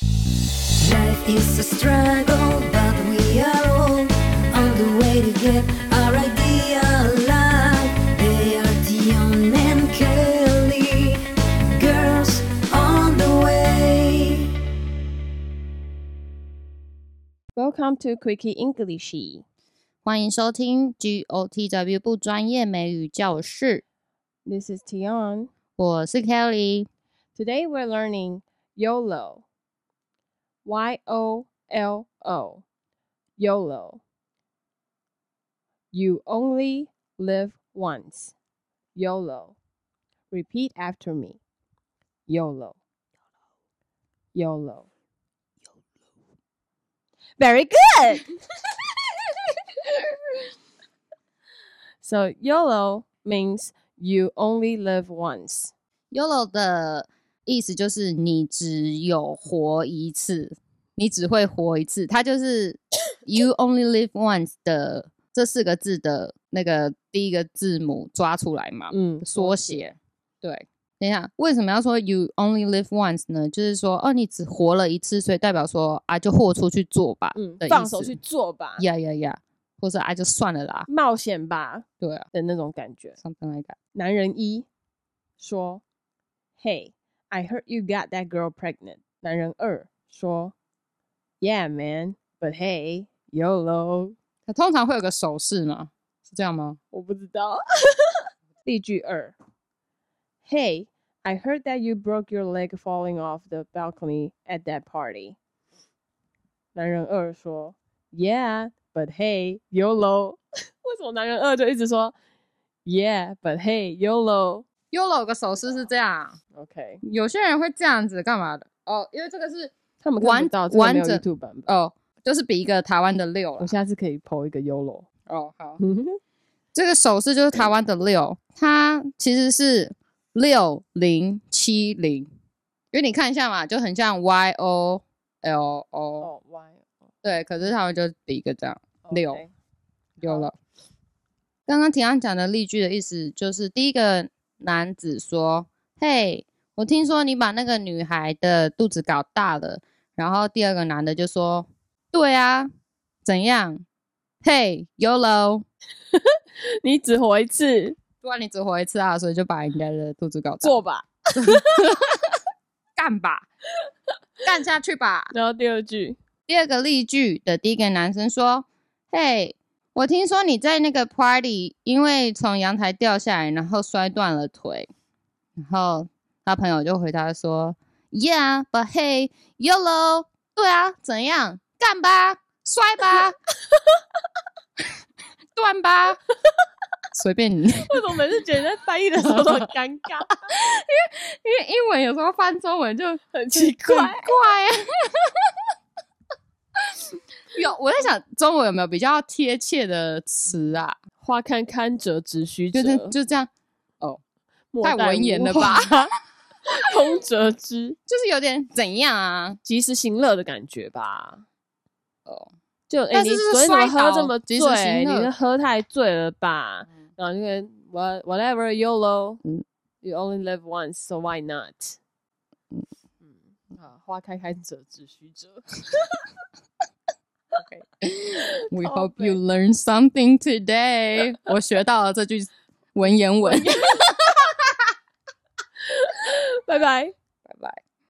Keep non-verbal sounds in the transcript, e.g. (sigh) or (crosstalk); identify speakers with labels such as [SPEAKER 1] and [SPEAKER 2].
[SPEAKER 1] Life is a struggle, but we are all on the way to get our ideal life. They are Dion and Kelly, girls on the way.
[SPEAKER 2] Welcome to Quickie English。
[SPEAKER 3] 欢迎收听 GOTW 不专业美语教室，
[SPEAKER 2] This is Tion.
[SPEAKER 3] 我是 Kelly。
[SPEAKER 2] Today we're learning YOLO. Y O L O. YOLO. You only live once. YOLO. Repeat after me. YOLO. YOLO. Very good. so YOLO means you only live once.
[SPEAKER 3] YOLO 的意思就是你只有活一次，你只会活一次，它就是 (coughs) You only live once 的这四个字的那个第一个字母抓出来嘛，
[SPEAKER 2] 嗯，
[SPEAKER 3] 缩写。对，等一下，为什么要说 You only live once 呢？就是说，哦，你只活了一次，所以代表说啊，就豁出去做吧，
[SPEAKER 2] 嗯
[SPEAKER 3] 的，意
[SPEAKER 2] 放手
[SPEAKER 3] 思
[SPEAKER 2] 去做吧，
[SPEAKER 3] 呀呀呀，或者啊，就算了啦，
[SPEAKER 2] 冒险吧
[SPEAKER 3] 对啊
[SPEAKER 2] 的那种感觉。
[SPEAKER 3] ，something like that。
[SPEAKER 2] 男人一说：“Hey, I heard you got that girl pregnant。”男人二说：“Yeah, man, but hey, YOLO。
[SPEAKER 3] 它通常会有个手势嘛，是这样吗？”
[SPEAKER 2] 我不知 (laughs) 道。例句二：“Hey, I heard that you broke your leg falling off the balcony at that party。”男人二说：“Yeah, but hey, YOLO。”为 (laughs) 什么男人二就一直说？Yeah, but hey, YOLO。
[SPEAKER 3] YOLO 有个手势是这样，
[SPEAKER 2] OK，
[SPEAKER 3] 有些人会这样子干嘛的？哦，因为这个是
[SPEAKER 2] 他们看
[SPEAKER 3] 完
[SPEAKER 2] 不到，这个没有
[SPEAKER 3] 完整
[SPEAKER 2] YouTube 版本。
[SPEAKER 3] 哦，就是比一个台湾的六了
[SPEAKER 2] 我。下次可以 PO 一个 YOLO。
[SPEAKER 3] 哦，好，这个手势就是台湾的六，它其实是六零七零，因为你看一下嘛，就很像 Y O L O，
[SPEAKER 2] (laughs) 哦，Y
[SPEAKER 3] 对，可是他们就比一个这样。六
[SPEAKER 2] OK
[SPEAKER 3] 有
[SPEAKER 2] 好
[SPEAKER 3] 了。刚刚提安讲的例句的意思就是，第一个男子说：“嘿，我听说你把那个女孩的肚子搞大了。”然后第二个男的就说：“对啊，怎样？嘿，YOLO， (laughs)
[SPEAKER 2] 你只活一次，
[SPEAKER 3] 不然你只活一次啊，所以就把人家的肚子搞大，
[SPEAKER 2] 做吧。
[SPEAKER 3] 干吧，干下去吧。”
[SPEAKER 2] 然后第二句，
[SPEAKER 3] 第二个例句的第一个男生说：“嘿，我听说你在那个 party 因为从阳台掉下来，然后摔断了腿。”然后他朋友就回答说：“Yeah, but hey, YOLO，对啊，怎样？干吧，摔吧，断吧，随便你。”
[SPEAKER 2] 为什么每次觉得在翻译的时候都很尴尬，
[SPEAKER 3] 因为英文有时候翻中文就
[SPEAKER 2] 很奇
[SPEAKER 3] 很怪
[SPEAKER 2] 怪？
[SPEAKER 3] 啊。 (laughs) 有我在想中文有没有比较贴切的词啊？
[SPEAKER 2] 花看堪折直须折
[SPEAKER 3] 就，是就这样，
[SPEAKER 2] 莫
[SPEAKER 3] 太
[SPEAKER 2] 待
[SPEAKER 3] 文言
[SPEAKER 2] 无
[SPEAKER 3] 了
[SPEAKER 2] (laughs)
[SPEAKER 3] 吧
[SPEAKER 2] 话？空折枝，
[SPEAKER 3] 就是有点怎样啊？
[SPEAKER 2] 及时行乐的感觉吧。
[SPEAKER 3] 哦，
[SPEAKER 2] 就哎，
[SPEAKER 3] 但
[SPEAKER 2] 你
[SPEAKER 3] 是是
[SPEAKER 2] 昨天怎么
[SPEAKER 3] 摔
[SPEAKER 2] 喝
[SPEAKER 3] 倒
[SPEAKER 2] 这么
[SPEAKER 3] 及时行
[SPEAKER 2] 醉？你
[SPEAKER 3] 乐
[SPEAKER 2] 是喝太醉了吧？然后就跟 what whatever YOLO，
[SPEAKER 3] 嗯
[SPEAKER 2] y o u only live once，so why not？嗯，啊，花开堪折直须折。
[SPEAKER 3] (laughs) We
[SPEAKER 2] 靠
[SPEAKER 3] hope you learn something today 。我学到了这句文言文。
[SPEAKER 2] 拜拜。